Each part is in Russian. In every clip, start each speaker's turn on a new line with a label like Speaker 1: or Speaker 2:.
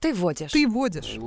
Speaker 1: Ты водишь.
Speaker 2: Ты водишь.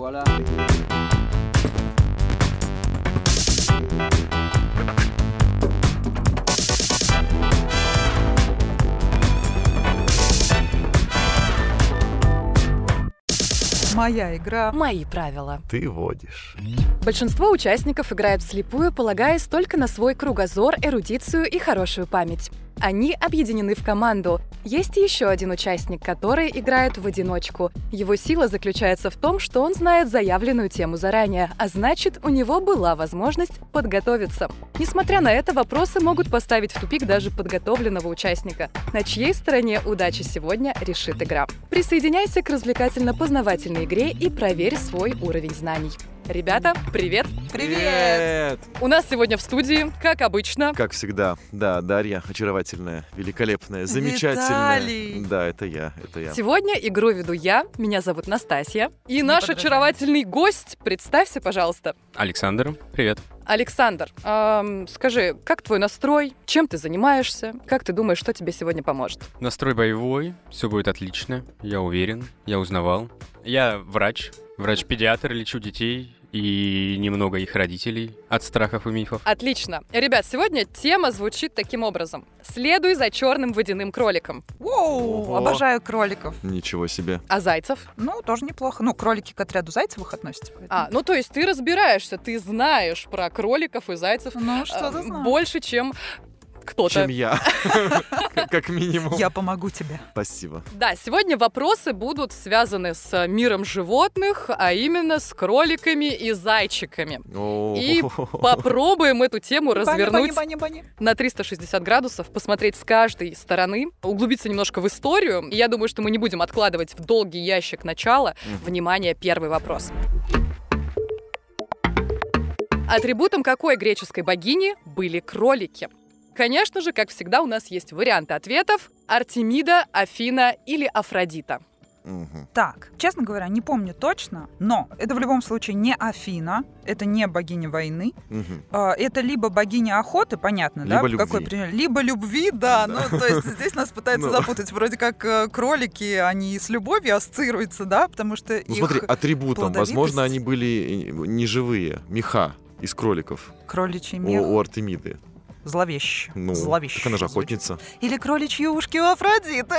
Speaker 2: Моя игра.
Speaker 1: Мои правила.
Speaker 3: Ты водишь.
Speaker 1: Большинство участников играют вслепую, полагаясь только на свой кругозор, эрудицию и хорошую память. Они объединены в команду. Есть еще один участник, который играет в одиночку. Его сила заключается в том, что он знает заявленную тему заранее, а значит, у него была возможность подготовиться. Несмотря на это, вопросы могут поставить в тупик даже подготовленного участника. На чьей стороне удача сегодня решит игра. Присоединяйся к развлекательно-познавательной игре и проверь свой уровень знаний. Ребята, привет!
Speaker 4: Привет!
Speaker 1: У нас сегодня в студии, как обычно,
Speaker 3: Как всегда, да, Дарья, очаровательная, великолепная, замечательная.
Speaker 2: Виталий!
Speaker 3: Да, это я, это я.
Speaker 1: Сегодня игру веду я, меня зовут Настасья, и наш
Speaker 2: подражай.
Speaker 1: очаровательный гость, представься, пожалуйста.
Speaker 4: Александр, привет.
Speaker 1: Александр, эм, скажи, как твой настрой, чем ты занимаешься, как ты думаешь, что тебе сегодня поможет?
Speaker 4: Настрой боевой, все будет отлично, я уверен, я узнавал. Я врач, врач-педиатр, лечу детей и немного их родителей от страхов и мифов.
Speaker 1: Отлично. Ребят, сегодня тема звучит таким образом. Следуй за черным водяным кроликом.
Speaker 2: Воу,
Speaker 3: Ого.
Speaker 2: обожаю кроликов.
Speaker 3: Ничего себе.
Speaker 1: А зайцев?
Speaker 2: Ну, тоже неплохо. Ну, кролики к отряду Зайцевых относятся. поэтому.
Speaker 1: А, ну то есть ты разбираешься, ты знаешь про кроликов и зайцев
Speaker 2: ну,
Speaker 1: э,
Speaker 2: что-то знаю.
Speaker 1: больше, чем кто-то.
Speaker 3: Чем я. Как минимум.
Speaker 2: Я помогу тебе.
Speaker 3: Спасибо.
Speaker 1: Да, сегодня вопросы будут связаны с э, миром животных, а именно с кроликами и зайчиками. И Попробуем эту тему развернуть
Speaker 2: Бани, бани, бани, бани.
Speaker 1: на 360 градусов, посмотреть с каждой стороны, углубиться немножко в историю. И я думаю, что мы не будем откладывать в долгий ящик начала.
Speaker 3: Мгм.
Speaker 1: Внимание, первый вопрос. Атрибутом какой греческой богини были кролики? Конечно же, как всегда, у нас есть варианты ответов. Артемида, Афина или Афродита.
Speaker 3: Мгм.
Speaker 2: Так, честно говоря, не помню точно, но это в любом случае не Афина, это не богиня войны,
Speaker 3: Мгм.
Speaker 2: А, Это либо богиня охоты, понятно, да?
Speaker 3: Либо
Speaker 2: Какой
Speaker 3: любви.
Speaker 2: пример? Либо любви, да. Ну, то есть здесь нас пытаются
Speaker 3: Ну.
Speaker 2: запутать. Вроде как э, кролики, они с любовью ассоциируются, да? Потому что
Speaker 3: Ну
Speaker 2: их
Speaker 3: смотри, атрибутом. Возможно,
Speaker 2: плодовитость-
Speaker 3: они были э, неживые, меха из кроликов
Speaker 2: кроличий
Speaker 3: у,
Speaker 2: мех
Speaker 3: у Артемиды.
Speaker 2: зловещ.
Speaker 3: Ну,
Speaker 2: зловещ.
Speaker 3: так она же
Speaker 2: звучит.
Speaker 3: охотница.
Speaker 2: Или кроличьи ушки у Афродиты.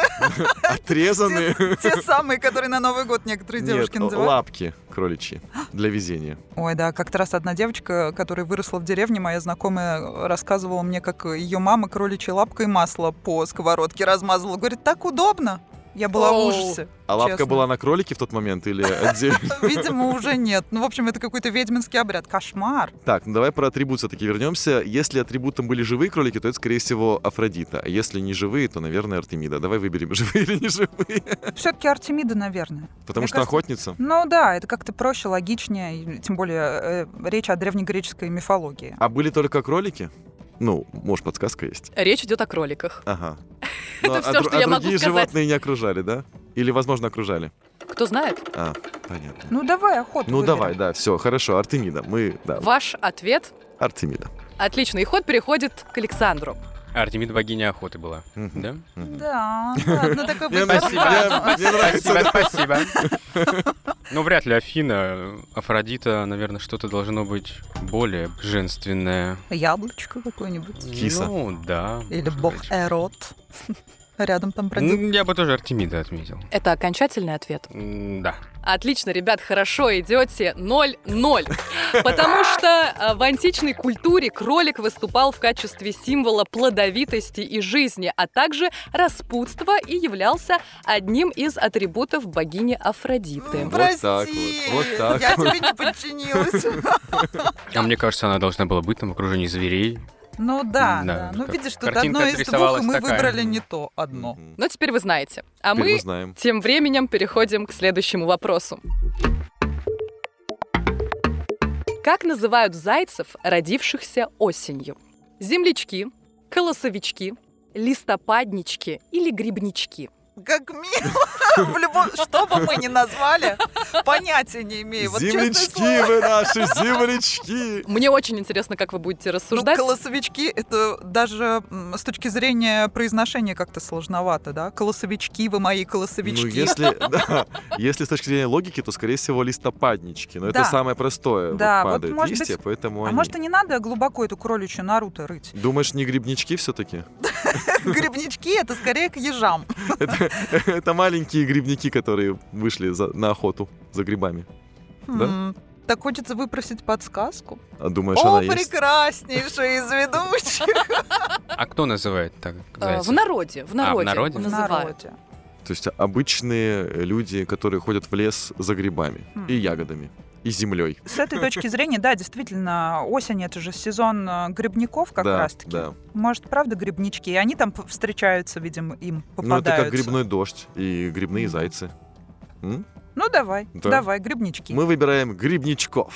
Speaker 3: Отрезанные.
Speaker 2: те, те самые, которые на Новый год некоторые
Speaker 3: Нет,
Speaker 2: девушки называют.
Speaker 3: лапки кроличьи для везения.
Speaker 2: Ой, да, как-то раз одна девочка, которая выросла в деревне, моя знакомая рассказывала мне, как ее мама кроличьей лапкой масло по сковородке размазывала. Говорит, так удобно. Я была в
Speaker 1: Оу.
Speaker 2: ужасе.
Speaker 3: А лапка
Speaker 2: Честно.
Speaker 3: была на кролике в тот момент или отдельно?
Speaker 2: Видимо, уже нет. Ну, в общем, это какой-то ведьминский обряд. Кошмар.
Speaker 3: Так, ну давай про атрибут все-таки вернемся. Если атрибутом были живые кролики, то это, скорее всего, Афродита. А если не живые, то, наверное, Артемида. Давай выберем, живые или не живые.
Speaker 2: Все-таки Артемида, наверное.
Speaker 3: Потому
Speaker 2: Мне
Speaker 3: что
Speaker 2: кажется-
Speaker 3: охотница.
Speaker 2: Ну да, это как-то проще, логичнее, и тем более э, речь о древнегреческой мифологии.
Speaker 3: А были только кролики? Ну, может, подсказка есть.
Speaker 1: Речь идет о кроликах.
Speaker 3: Ага.
Speaker 1: Это
Speaker 3: Ну, а
Speaker 1: всё,
Speaker 3: дру-
Speaker 1: что
Speaker 3: а
Speaker 1: я могу
Speaker 3: другие
Speaker 1: сказать.
Speaker 3: животные не окружали, да? Или, возможно, окружали?
Speaker 1: Кто знает?
Speaker 3: А, понятно.
Speaker 2: Ну давай охоту
Speaker 3: Ну,
Speaker 2: выберем.
Speaker 3: давай, да, все, хорошо, Артемида. Мы, да,
Speaker 1: Ваш ответ
Speaker 3: Артемида.
Speaker 1: Отлично, и ход переходит к Александру.
Speaker 4: Артемид богиня охоты была,
Speaker 3: Мгм.
Speaker 4: да?
Speaker 3: Мгм.
Speaker 2: Да, ладно, такой
Speaker 3: Мне
Speaker 2: был
Speaker 3: нравится,
Speaker 2: подход.
Speaker 3: мне- мне нравится.
Speaker 4: спасибо. Ну, вряд ли Афина. Афродита, наверное, что-то должно быть более женственное.
Speaker 2: Яблочко какое-нибудь.
Speaker 3: Киса.
Speaker 4: Ну, да.
Speaker 2: Или
Speaker 4: может
Speaker 2: бог
Speaker 4: быть.
Speaker 2: Эрот. Рядом там бродил.
Speaker 4: Ну, Я бы тоже Артемида отметил.
Speaker 1: Это окончательный ответ.
Speaker 4: М, Да.
Speaker 1: Отлично, ребят, хорошо идете 0-0. Потому что э, в античной культуре кролик выступал в качестве символа плодовитости и жизни, а также распутства и являлся одним из атрибутов богини Афродиты.
Speaker 2: М,
Speaker 3: Вот так
Speaker 2: прости,
Speaker 3: вот, вот так
Speaker 2: Я
Speaker 3: вот.
Speaker 2: тебе не подчинилась.
Speaker 4: А мне кажется, она должна была быть там в окружении зверей.
Speaker 2: Ну да,
Speaker 4: Да,
Speaker 2: да.
Speaker 4: вот
Speaker 2: Ну
Speaker 4: как
Speaker 2: видишь, тут
Speaker 4: картинка
Speaker 2: одно из двух,
Speaker 4: отрисовалась
Speaker 2: и мы
Speaker 4: такая.
Speaker 2: выбрали не то одно.
Speaker 3: Мгм.
Speaker 1: Но теперь вы знаете. А
Speaker 3: Теперь
Speaker 1: мы
Speaker 3: мы знаем.
Speaker 1: тем временем переходим к следующему вопросу. Как называют зайцев, родившихся осенью? Землячки, колосовички, листопаднички или грибнички?
Speaker 2: Как мило! В любом, что бы мы ни назвали, Понятия не имею. Вот честное слово.
Speaker 3: Землячки вы наши, землячки!
Speaker 1: Мне очень интересно, как вы будете
Speaker 2: Ну,
Speaker 1: рассуждать.
Speaker 2: колосовички, это даже м, с точки зрения произношения как-то сложновато, да? Колосовички, вы мои
Speaker 3: Ну,
Speaker 2: колосовички.
Speaker 3: если, да, если с точки зрения логики, то, скорее всего, листопаднички. Но это
Speaker 2: Да.
Speaker 3: самое простое.
Speaker 2: Да,
Speaker 3: вот
Speaker 2: вот,
Speaker 3: падают
Speaker 2: может
Speaker 3: листья, поэтому
Speaker 2: А
Speaker 3: они...
Speaker 2: может, и не надо глубоко эту кроличью Наруто рыть?
Speaker 3: Думаешь, не грибнички все-таки?
Speaker 2: Грибнички — это скорее к ежам.
Speaker 3: Это маленькие грибники, которые вышли за- на охоту за грибами. Да?
Speaker 2: М, Хм. Так хочется выпросить подсказку.
Speaker 3: А думаешь,
Speaker 2: О,
Speaker 3: она есть?
Speaker 2: прекраснейший из ведущих!
Speaker 4: А кто называет так?
Speaker 1: Э, В
Speaker 4: зайцев?
Speaker 1: народе, в народе,
Speaker 4: А, народе?
Speaker 1: называют.
Speaker 2: В народе.
Speaker 3: То есть обычные люди, которые ходят в лес за грибами
Speaker 2: Хм.
Speaker 3: и ягодами и землей.
Speaker 2: С этой точки зрения, да, действительно, осень — это же сезон э, грибников как
Speaker 3: да,
Speaker 2: раз-таки.
Speaker 3: Да.
Speaker 2: Может, правда, грибнички? И они там п- встречаются, видимо, им
Speaker 3: Ну, это как
Speaker 2: попадаются.
Speaker 3: грибной дождь и грибные
Speaker 2: Мгм.
Speaker 3: зайцы. М?
Speaker 2: Ну, давай,
Speaker 3: Да.
Speaker 2: давай, грибнички.
Speaker 3: Мы выбираем грибничков.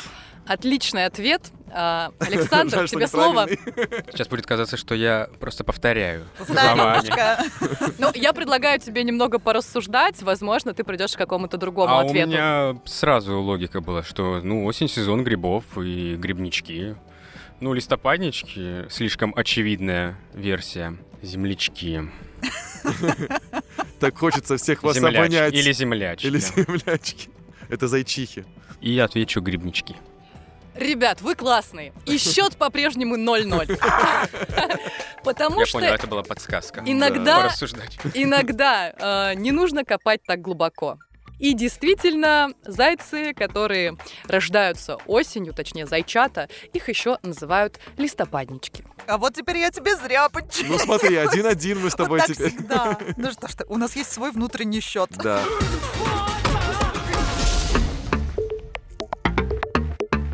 Speaker 1: Отличный ответ. А, Александр,
Speaker 3: Жаль, что
Speaker 1: тебе слово.
Speaker 3: неправильный.
Speaker 4: Сейчас будет казаться, что я просто повторяю.
Speaker 2: Да,
Speaker 4: Замани.
Speaker 2: немножко.
Speaker 1: Ну, я предлагаю тебе немного порассуждать. Возможно, ты придешь к какому-то другому
Speaker 4: а
Speaker 1: ответу.
Speaker 4: у меня сразу логика была, что ну осень сезон грибов и грибнички. Ну, листопаднички слишком очевидная версия. Землячки.
Speaker 3: Так хочется всех вас
Speaker 4: Землячки
Speaker 3: обонять.
Speaker 4: Или землячки.
Speaker 3: Или землячки. Это зайчихи.
Speaker 4: И отвечу грибнички.
Speaker 1: Ребят, вы классные. И счет по-прежнему 0-0. Потому
Speaker 4: я
Speaker 1: что
Speaker 4: понял, это была подсказка.
Speaker 1: иногда,
Speaker 4: Порассуждать.
Speaker 1: иногда э, не нужно копать так глубоко. И действительно, зайцы, которые рождаются осенью, точнее зайчата, их еще называют листопаднички.
Speaker 2: А вот теперь я тебе зря подчинилась.
Speaker 3: Ну смотри, один-один мы с тобой
Speaker 2: вот так
Speaker 3: теперь.
Speaker 2: всегда. Ну что ж ты, у нас есть свой внутренний счет.
Speaker 3: Да.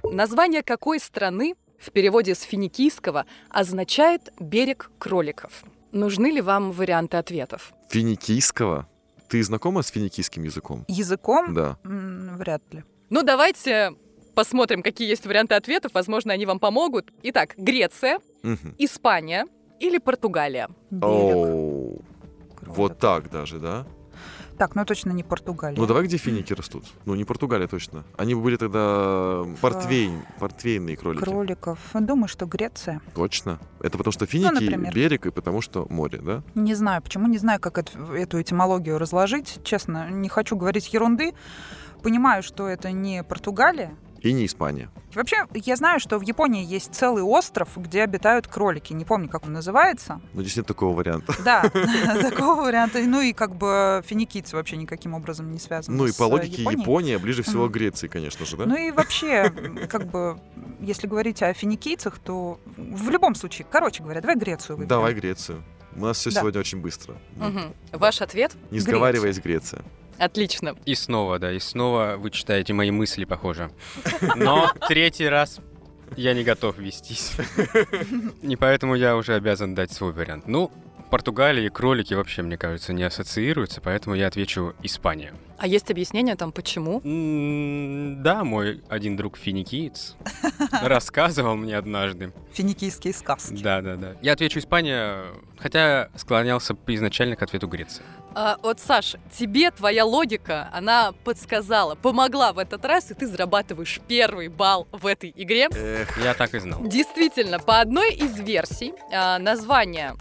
Speaker 1: Название какой страны в переводе с финикийского означает «берег кроликов»? Нужны ли вам варианты ответов?
Speaker 3: Финикийского. Ты знакома с финикийским языком?
Speaker 2: Языком?
Speaker 3: Да.
Speaker 2: М, Вряд ли.
Speaker 1: Ну, давайте посмотрим, какие есть варианты ответов. Возможно, они вам помогут. Итак, Греция,
Speaker 3: Мгм.
Speaker 1: Испания или Португалия?
Speaker 2: Берег.
Speaker 3: Оу.
Speaker 2: Круто.
Speaker 3: Вот так даже, да?
Speaker 2: Так, ну точно не Португалия.
Speaker 3: Ну давай где финики растут? Ну не Португалия точно. Они бы были тогда портвейн, портвейные кролики.
Speaker 2: Кроликов. Думаю, что Греция.
Speaker 3: Точно. Это потому что финики
Speaker 2: Ну, например.
Speaker 3: берег и потому что море, да?
Speaker 2: Не знаю, почему, не знаю, как эт- эту этимологию разложить. Честно, не хочу говорить ерунды. Понимаю, что это не Португалия.
Speaker 3: И не Испания.
Speaker 2: Вообще, я знаю, что в Японии есть целый остров, где обитают кролики. Не помню, как он называется.
Speaker 3: Но Ну, здесь нет такого варианта.
Speaker 2: Да, такого варианта. Ну и как бы финикийцы вообще никаким образом не связаны
Speaker 3: Ну и
Speaker 2: с,
Speaker 3: по
Speaker 2: э,
Speaker 3: логике
Speaker 2: Японией.
Speaker 3: Япония ближе всего к
Speaker 2: Мгм.
Speaker 3: Греции, конечно же, да?
Speaker 2: Ну и вообще, как бы, если говорить о финикийцах, то в любом случае, короче говоря, давай Грецию выберем.
Speaker 3: Давай Грецию. У нас все
Speaker 2: Да.
Speaker 3: сегодня очень быстро.
Speaker 1: Мгм. Ваш ответ?
Speaker 3: Не сговариваясь, Греция.
Speaker 1: Отлично.
Speaker 4: И снова, да, и снова вы читаете мои мысли, похоже. Но третий раз я не готов вестись. И поэтому я уже обязан дать свой вариант. Ну, Португалия и кролики вообще, мне кажется, не ассоциируются, поэтому я отвечу Испания.
Speaker 1: А есть объяснение там, почему?
Speaker 4: М, Да, мой один друг финикиец рассказывал мне однажды.
Speaker 2: Финикийские сказки.
Speaker 4: Да-да-да. Я отвечу Испания, хотя склонялся изначально к ответу Греции.
Speaker 1: А, вот, Саш, тебе твоя логика, она подсказала, помогла в этот раз, и ты зарабатываешь первый балл в этой игре.
Speaker 3: Эх,
Speaker 4: Я так и знал.
Speaker 1: Действительно, по одной из версий, а, название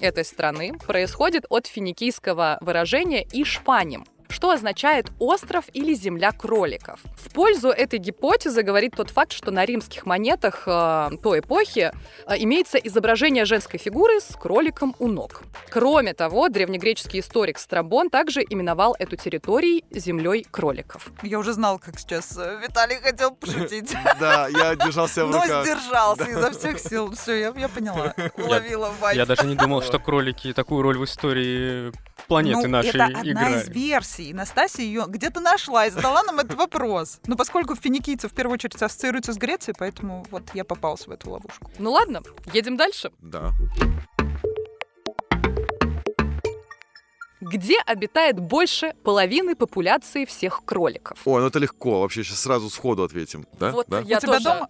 Speaker 1: этой страны происходит от финикийского выражения «ишпаним», что означает «остров» или «земля кроликов». В пользу этой гипотезы говорит тот факт, что на римских монетах э, той эпохи э, имеется изображение женской фигуры с кроликом у ног. Кроме того, древнегреческий историк Страбон также именовал эту территорию «землей кроликов».
Speaker 2: Я уже знал, как сейчас э, Виталий хотел пошутить.
Speaker 3: да, я держался в
Speaker 2: Но
Speaker 3: руках.
Speaker 2: сдержался изо всех сил. Все, я, я поняла. Уловила
Speaker 4: Я
Speaker 2: вайп.
Speaker 4: даже не думал, что кролики такую роль в истории планеты
Speaker 2: ну,
Speaker 4: нашей
Speaker 2: это одна из
Speaker 4: играют.
Speaker 2: версий. Настасья ее где-то нашла и задала нам этот вопрос. Но поскольку финикийцы в первую очередь ассоциируются с Грецией, поэтому вот я попалась в эту ловушку.
Speaker 1: Ну ладно, едем дальше.
Speaker 3: Да.
Speaker 1: Где обитает больше половины популяции всех кроликов?
Speaker 3: О, ну это легко, вообще сейчас сразу сходу ответим. Да?
Speaker 1: Вот
Speaker 3: да?
Speaker 1: я
Speaker 2: У тебя
Speaker 1: тоже-
Speaker 2: дома?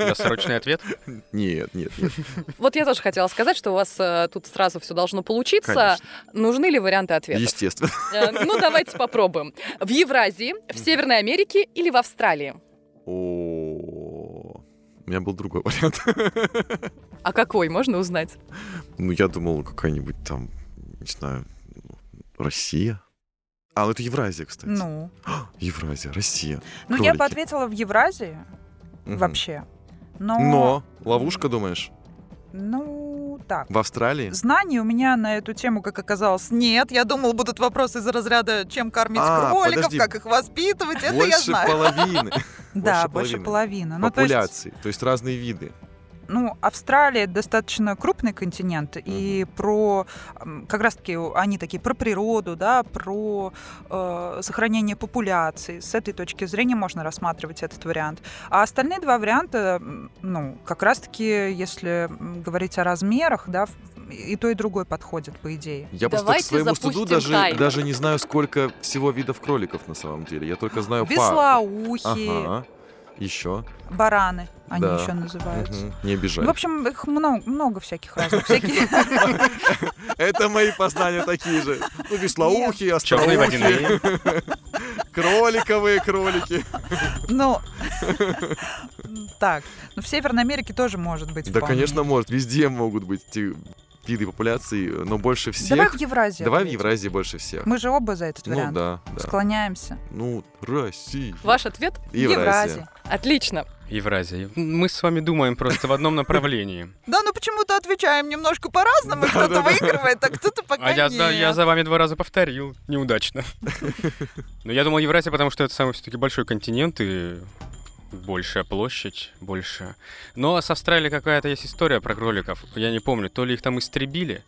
Speaker 4: Досрочный ответ?
Speaker 3: Нет, нет, нет.
Speaker 1: Вот я тоже хотела сказать, что у вас э, тут сразу все должно получиться.
Speaker 3: Конечно.
Speaker 1: Нужны ли варианты ответа?
Speaker 3: Естественно.
Speaker 1: Э, Ну, давайте попробуем. В Евразии, в Северной Америке или в Австралии?
Speaker 3: О, у меня был другой вариант.
Speaker 1: А какой, можно узнать?
Speaker 3: Ну, я думал, какая-нибудь там, не знаю, ну, Россия. А, ну это Евразия, кстати.
Speaker 2: Ну.
Speaker 3: Евразия, Россия.
Speaker 2: Ну, я
Speaker 3: Кролики.
Speaker 2: бы ответила в Евразии
Speaker 3: Мгм.
Speaker 2: вообще. Но,
Speaker 3: Но ловушка, думаешь,
Speaker 2: Ну, так.
Speaker 3: в Австралии?
Speaker 2: Знаний у меня на эту тему, как оказалось, нет. Я думала, будут вопросы из разряда, чем кормить
Speaker 3: А,
Speaker 2: кроликов,
Speaker 3: подожди.
Speaker 2: как их воспитывать. Это я
Speaker 3: Больше
Speaker 2: знаю. Ну,
Speaker 3: половины
Speaker 2: да,
Speaker 3: больше
Speaker 2: больше
Speaker 3: половины.
Speaker 2: половины. Ну, то есть,
Speaker 3: популяции, то есть разные виды.
Speaker 2: ну, Австралия достаточно крупный континент, и про м, как раз-таки они такие про природу, да, про э, сохранение популяции. С этой точки зрения можно рассматривать этот вариант. А остальные два варианта, м, ну, как раз-таки, если м, говорить о размерах, да, в- и то и другой подходит по идее.
Speaker 3: Я просто
Speaker 1: Давайте
Speaker 3: к своему стыду
Speaker 1: запустим
Speaker 3: даже,
Speaker 1: таймер.
Speaker 3: даже не знаю, сколько всего видов кроликов на самом деле. Я только знаю пару.
Speaker 2: Веслоухи,
Speaker 3: Э, Ага. Еще.
Speaker 2: бараны, они
Speaker 3: Да.
Speaker 2: еще называются.
Speaker 3: Мгм. Не
Speaker 2: Ну,
Speaker 3: обижай.
Speaker 2: В общем, их много, много всяких разных. Всякие
Speaker 3: Это мои познания такие же. Ну, веслоухи, остроухи,
Speaker 4: Черные водяные.
Speaker 3: кроликовые кролики.
Speaker 2: Ну, так. Ну, в Северной Америке тоже может быть.
Speaker 3: Да,
Speaker 2: вполне.
Speaker 3: конечно, может. Везде могут быть эти виды популяции, но больше
Speaker 2: Давай в
Speaker 3: всех...
Speaker 2: Евразию.
Speaker 3: Давай в
Speaker 2: ответим.
Speaker 3: Евразии больше всех.
Speaker 2: Мы же оба за этот
Speaker 3: Ну
Speaker 2: вариант.
Speaker 3: да, да.
Speaker 2: Склоняемся.
Speaker 3: Ну, Россия.
Speaker 1: Ваш ответ?
Speaker 3: Евразия.
Speaker 1: Отлично.
Speaker 4: Евразия. Мы с вами думаем просто в одном направлении.
Speaker 2: Да, ну почему-то отвечаем немножко по-разному. кто-то выигрывает, а кто-то пока
Speaker 4: А я,
Speaker 2: нет.
Speaker 4: за- я за вами два раза повторил. Неудачно. Но я думал Евразия, потому что это самый все-таки большой континент и большая площадь, больше. Но с Австралией какая-то есть история про кроликов. Я не помню, то ли их там истребили,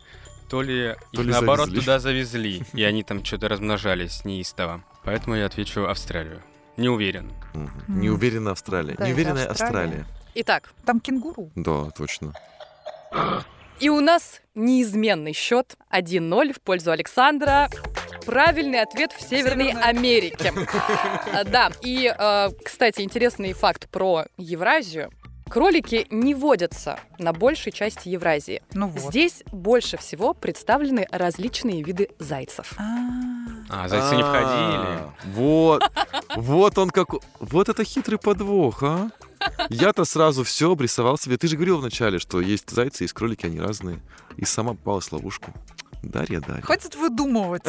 Speaker 4: то ли их
Speaker 3: То ли
Speaker 4: наоборот
Speaker 3: завезли.
Speaker 4: туда завезли, и они там что-то размножались неистово. Поэтому я отвечу Австралию. Не уверен.
Speaker 3: Мгм.
Speaker 2: М.
Speaker 3: Не уверена Австралия.
Speaker 2: Да,
Speaker 3: Не
Speaker 2: это
Speaker 3: уверенная
Speaker 2: Австралия.
Speaker 3: Австралия.
Speaker 1: Итак,
Speaker 2: Там кенгуру.
Speaker 3: Да, точно.
Speaker 1: и у нас неизменный счет 1-0 в пользу Александра. Правильный ответ в Северной
Speaker 2: Северная.
Speaker 1: Америке. А, Да, и, э, кстати, интересный факт про Евразию. Кролики не водятся на большей части Евразии.
Speaker 2: Ну вот.
Speaker 1: Здесь больше всего представлены различные виды зайцев.
Speaker 2: А,
Speaker 4: А, зайцы не входили.
Speaker 3: А, Вот, вот он как... Вот это хитрый подвох, а? Я-то сразу все обрисовал себе. Ты же говорил вначале, что есть зайцы, есть кролики, они разные. И сама попалась в ловушку. Дарья, Дарья.
Speaker 2: Хватит выдумывать.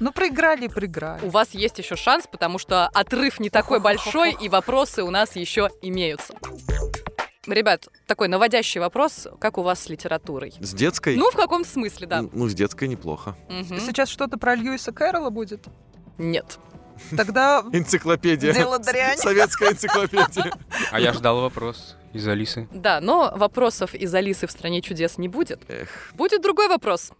Speaker 2: Ну, проиграли, и
Speaker 1: У
Speaker 2: проиграли.
Speaker 1: вас есть еще шанс, потому что отрыв не такой большой, и вопросы у нас еще имеются. Ребят, такой наводящий вопрос, как у вас с литературой?
Speaker 3: С детской?
Speaker 1: Ну, в каком смысле, да.
Speaker 3: Н- Ну, с детской неплохо.
Speaker 1: Мгм.
Speaker 2: Сейчас что-то про Льюиса Кэрролла будет.
Speaker 1: Нет.
Speaker 2: Тогда
Speaker 3: Энциклопедия.
Speaker 2: дело дрянь.
Speaker 3: Советская энциклопедия.
Speaker 4: А я ждал вопрос из Алисы.
Speaker 1: Да, но вопросов из Алисы в «Стране чудес» не будет.
Speaker 3: Эх,
Speaker 1: Будет другой вопрос.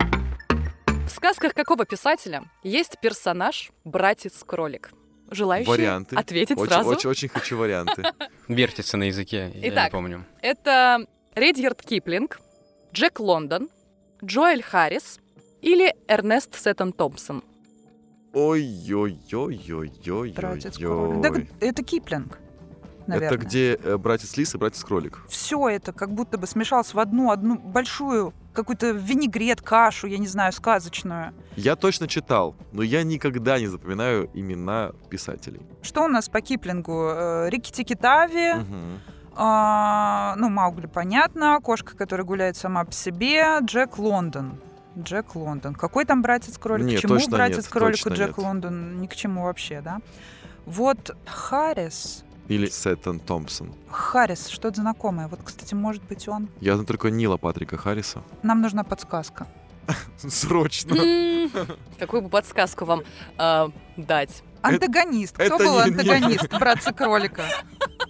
Speaker 1: В сказках какого писателя есть персонаж «Братец-кролик»? Желающие
Speaker 3: Варианты.
Speaker 1: ответить
Speaker 3: очень,
Speaker 1: сразу?
Speaker 3: очень, очень хочу варианты.
Speaker 4: Вертится на языке, я не
Speaker 1: Итак.
Speaker 4: помню.
Speaker 1: Это Редьярд Киплинг, Джек Лондон, Джоэль Харрис или Эрнест Сеттон Томпсон.
Speaker 2: Братец Кролик. Да,
Speaker 3: Ой-ой-ой-ой-ой.
Speaker 2: Это Киплинг,
Speaker 3: Это
Speaker 2: наверное.
Speaker 3: где э, братец лис и братец кролик?
Speaker 2: все это как будто бы смешалось в одну одну большую какую-то винегрет, кашу, я не знаю, сказочную.
Speaker 3: Я точно читал, но я никогда не запоминаю имена писателей.
Speaker 2: Что у нас по Киплингу? Э, Рикки-тики Тави,
Speaker 3: Мгм.
Speaker 2: а, ну, Маугли, понятно, кошка, которая гуляет сама по себе, Джек Лондон. Джек Лондон. Какой там братец-кролик?
Speaker 3: Не,
Speaker 2: к чему
Speaker 3: точно нет,
Speaker 2: братец-кролик и
Speaker 3: точно
Speaker 2: Джек
Speaker 3: нет.
Speaker 2: Лондон? Ни к чему вообще, да? Вот Харрис.
Speaker 3: Или Сеттон Томпсон.
Speaker 2: Харрис, что-то знакомое. Вот, кстати, может быть, он.
Speaker 3: Я знаю только Нила Патрика Харриса.
Speaker 2: Нам нужна подсказка.
Speaker 3: Э, Срочно.
Speaker 1: М, Какую бы подсказку вам э, дать?
Speaker 2: Антагонист. Кто
Speaker 3: это
Speaker 2: был
Speaker 3: не- не-
Speaker 2: антагонист братца-кролика?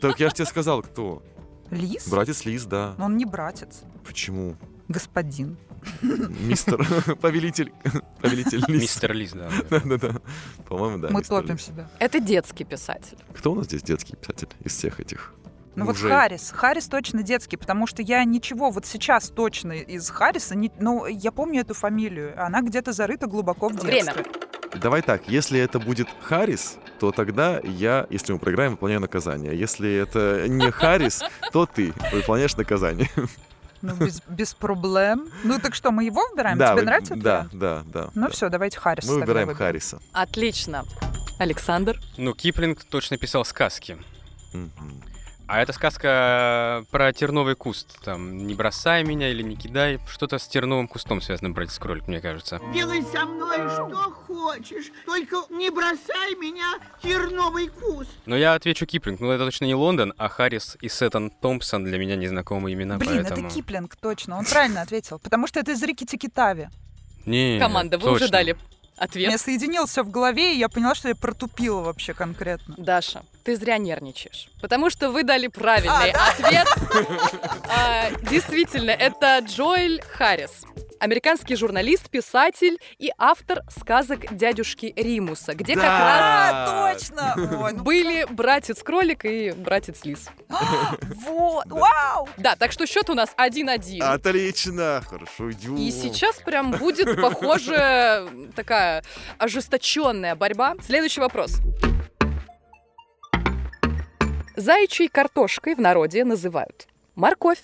Speaker 3: Так я же тебе сказал, кто.
Speaker 2: Лис?
Speaker 3: Братец Лис, да.
Speaker 2: Но он не братец.
Speaker 3: Почему?
Speaker 2: Господин.
Speaker 3: Мистер. Повелитель. Повелитель Лис.
Speaker 4: Мистер Лис, да.
Speaker 3: Да-да-да. По-моему, да.
Speaker 2: Мы
Speaker 3: мистер
Speaker 2: топим
Speaker 3: Лис.
Speaker 2: себя.
Speaker 1: Это детский писатель.
Speaker 3: Кто у нас здесь детский писатель из всех этих?
Speaker 2: Ну вот
Speaker 3: мужей.
Speaker 2: Харрис. Харрис точно детский, потому что я ничего вот сейчас точно из Харриса, не, ну я помню эту фамилию, она где-то зарыта глубоко в детстве.
Speaker 1: Время.
Speaker 3: Давай так, если это будет Харрис, то тогда я, если мы проиграем, выполняю наказание. Если это не Харрис, то ты выполняешь наказание.
Speaker 2: Ну без, без проблем. Ну так что, мы его выбираем?
Speaker 3: Да,
Speaker 2: Тебе
Speaker 3: вы-
Speaker 2: нравится этот
Speaker 3: Да,
Speaker 2: вариант?
Speaker 3: да, да.
Speaker 2: Ну
Speaker 3: да.
Speaker 2: все, давайте Харрис.
Speaker 3: Мы
Speaker 2: тогда
Speaker 3: выбираем
Speaker 2: выберем.
Speaker 3: Харриса.
Speaker 1: Отлично. Александр,
Speaker 4: Ну, Киплинг точно писал сказки.
Speaker 3: Мгм.
Speaker 4: А эта сказка про терновый куст. Там «Не бросай меня» или «Не кидай». Что-то с терновым кустом связано, братец Кролик, мне кажется.
Speaker 5: Делай со мной что хочешь, только не бросай меня терновый куст.
Speaker 4: Но я отвечу Киплинг. Ну, это точно не Лондон, а Харрис и Сеттон Томпсон для меня незнакомые имена,
Speaker 2: Блин,
Speaker 4: поэтому...
Speaker 2: это Киплинг, точно. Он правильно ответил. Потому что это из реки Тикитави.
Speaker 4: Не,
Speaker 1: команда, вы уже
Speaker 4: точно.
Speaker 1: дали
Speaker 2: Я
Speaker 1: ответ.
Speaker 2: Мне соединилось всё в голове, и я поняла, что я протупила вообще конкретно.
Speaker 1: Даша, ты зря нервничаешь, потому что вы дали правильный ответ. А, Действительно, это Джоэль Харрис. Американский журналист, писатель и автор сказок дядюшки Римуса, где как раз
Speaker 3: Да.
Speaker 2: А, точно! Ой, ну,
Speaker 1: были братец-кролик и братец-лис.
Speaker 2: вот, вау!
Speaker 1: Да, так что счет у нас 1-1.
Speaker 3: Отлично, хорошо, иду.
Speaker 1: И сейчас прям будет, похоже, такая ожесточенная борьба. Следующий вопрос. Заячьей картошкой в народе называют морковь,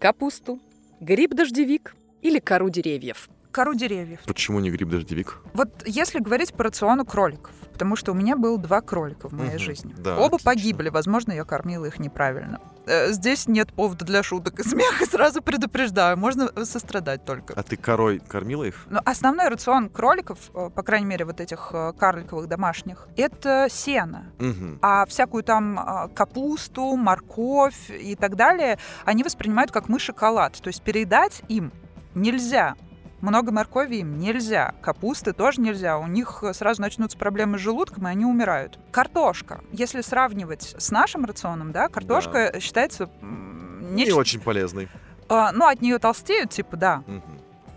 Speaker 1: капусту, гриб-дождевик или кору деревьев.
Speaker 2: Кору деревьев.
Speaker 3: Почему не гриб-дождевик?
Speaker 2: Вот если говорить по рациону кроликов, потому что у меня было два кролика в моей
Speaker 3: Мгм,
Speaker 2: жизни.
Speaker 3: да,
Speaker 2: Оба
Speaker 3: отлично.
Speaker 2: погибли, возможно, я кормила их неправильно. Э, Здесь нет повода для шуток и смеха, сразу предупреждаю, можно э, сострадать только.
Speaker 3: А ты корой кормила их?
Speaker 2: Но основной рацион кроликов, э, по крайней мере, вот этих э, карликовых домашних, это сено.
Speaker 3: Мгм.
Speaker 2: А всякую там а, капусту, морковь и так далее они воспринимают как мы шоколад. То есть передать им нельзя. Много моркови им нельзя, капусты тоже нельзя. У них э, сразу начнутся проблемы с желудком, и они умирают. Картошка. Если сравнивать с нашим рационом, да, картошка считается м,
Speaker 3: Не
Speaker 2: нечто-
Speaker 3: очень полезный.
Speaker 2: А, ну, от нее толстеют, типа, да.
Speaker 3: Мгм.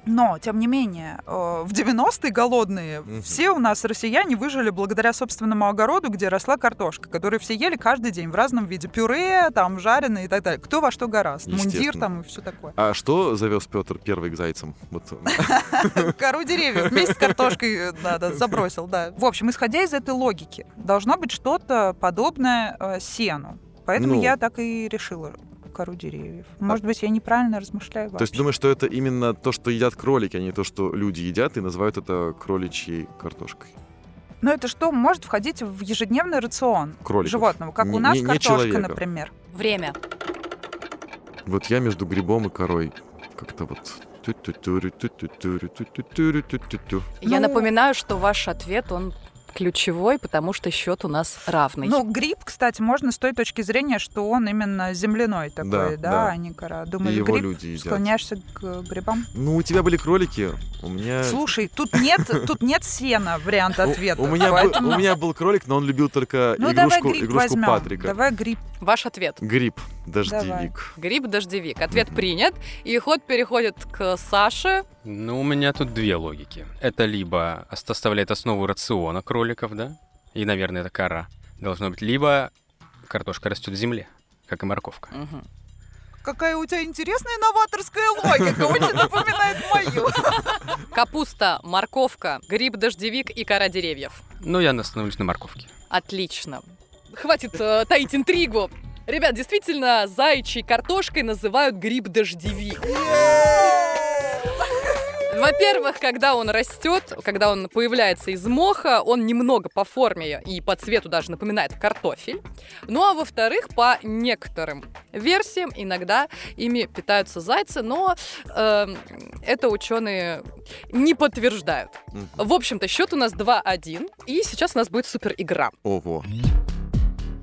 Speaker 2: Но, тем не менее, э, в 90-е голодные
Speaker 3: Мгм.
Speaker 2: все у нас россияне выжили благодаря собственному огороду, где росла картошка, которую все ели каждый день в разном виде. Пюре, там, жареное и так далее. Кто во что гораст. Мундир
Speaker 3: Естественно.
Speaker 2: там и все такое.
Speaker 3: А что завез Петр первый к зайцам? Вот.
Speaker 2: Кору деревьев вместе с картошкой э, да, да, забросил, да. В общем, исходя из этой логики, должно быть что-то подобное э, сену. Поэтому
Speaker 3: Ну. А
Speaker 2: я так и решила кору деревьев. Может быть, я неправильно размышляю
Speaker 3: То есть
Speaker 2: вообще.
Speaker 3: думаешь, что это именно то, что едят кролики, а не то, что люди едят и называют это кроличьей картошкой?
Speaker 2: Но Ну, это что может входить в ежедневный рацион?
Speaker 3: Кроликов.
Speaker 2: животного, как у
Speaker 3: Не-
Speaker 2: нас
Speaker 3: не- не
Speaker 2: картошка,
Speaker 3: человека.
Speaker 2: например.
Speaker 1: Время.
Speaker 3: Вот я между грибом и корой как-то вот... тю-тю-тюрю, тю-тю-тюрю, тю-тю-тюрю, тю-тю-тю.
Speaker 1: Я
Speaker 2: Ну-
Speaker 1: напоминаю, что ваш ответ, он ключевой, потому что счет у нас равный.
Speaker 2: Ну, гриб, кстати, можно с той точки зрения, что он именно земляной такой, да,
Speaker 3: Да, да.
Speaker 2: а не кора.
Speaker 3: И
Speaker 2: Думаю,
Speaker 3: его
Speaker 2: гриб,
Speaker 3: люди едят.
Speaker 2: склоняешься к грибам.
Speaker 3: Ну, у тебя были кролики, у меня...
Speaker 2: Слушай, тут нет, тут нет сена варианта
Speaker 3: Э. У-
Speaker 2: ответа.
Speaker 3: У, меня, был-
Speaker 2: поэтому-
Speaker 3: у меня был кролик, но он любил только
Speaker 2: Ну, давай
Speaker 3: игрушку,
Speaker 2: гриб
Speaker 3: игрушку
Speaker 2: возьмем.
Speaker 3: Патрика.
Speaker 2: Давай гриб.
Speaker 1: Ваш ответ.
Speaker 3: Гриб, дождевик.
Speaker 1: Гриб-дождевик. Ответ
Speaker 3: Мгм.
Speaker 1: принят. И ход переходит к Саше.
Speaker 4: Ну, у меня тут две логики. Это либо ост- составляет основу рациона кроликов, да? И, наверное, это кора. Должно быть. Либо картошка растет в земле, как и морковка.
Speaker 1: Мгм.
Speaker 2: Какая у тебя интересная новаторская логика, очень напоминает мою.
Speaker 1: Капуста, морковка, гриб-дождевик и кора деревьев.
Speaker 4: Ну, я остановлюсь на морковке.
Speaker 1: Отлично. Хватит э, таить интригу. Ребят, действительно, заячьей картошкой называют гриб-дождевик. Во-первых, когда он растет, когда он появляется из моха, он немного по форме и по цвету даже напоминает картофель. Ну а во-вторых, по некоторым версиям иногда ими питаются зайцы, но эм, это ученые не подтверждают.
Speaker 3: Мгм.
Speaker 1: В общем-то, счет у нас 2-1, и сейчас у нас будет супер игра.
Speaker 3: Ого.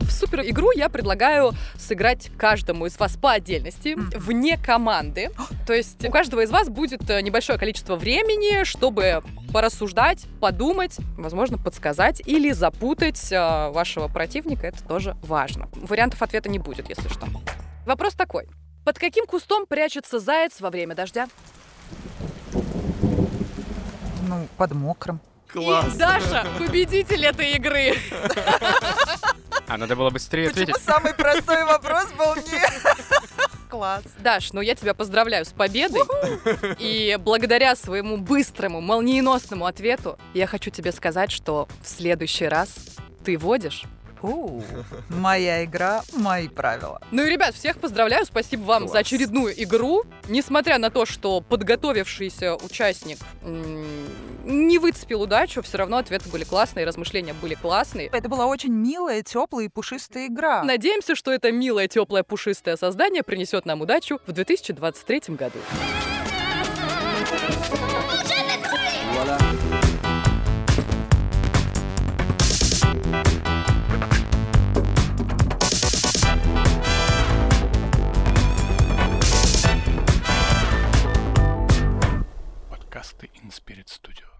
Speaker 1: В супер игру я предлагаю сыграть каждому из вас по отдельности,
Speaker 2: Мгм.
Speaker 1: вне команды. То есть у каждого из вас будет э, небольшое количество времени, чтобы порассуждать, подумать, возможно, подсказать или запутать э, вашего противника. Это тоже важно. Вариантов ответа не будет, если что. Вопрос такой. Под каким кустом прячется заяц во время дождя?
Speaker 2: Ну, под мокрым.
Speaker 1: И Даша, победитель этой игры.
Speaker 4: А надо было быстрее
Speaker 2: Почему
Speaker 4: ответить.
Speaker 2: самый простой вопрос был не? Класс.
Speaker 1: Даш, ну я тебя поздравляю с победой. И благодаря своему быстрому, молниеносному ответу я хочу тебе сказать, что в следующий раз ты водишь.
Speaker 2: У, Моя игра, мои правила.
Speaker 1: Ну и, ребят, всех поздравляю, спасибо вам за
Speaker 6: Класс.
Speaker 1: очередную игру. Несмотря на то, что подготовившийся участник м, не выцепил удачу, все равно ответы были классные, размышления были классные.
Speaker 2: Это была очень милая, теплая и пушистая игра.
Speaker 1: Надеемся, что это милое, теплое, пушистое создание принесет нам удачу в 2023 году.
Speaker 7: Подкасты InSpirit Studio.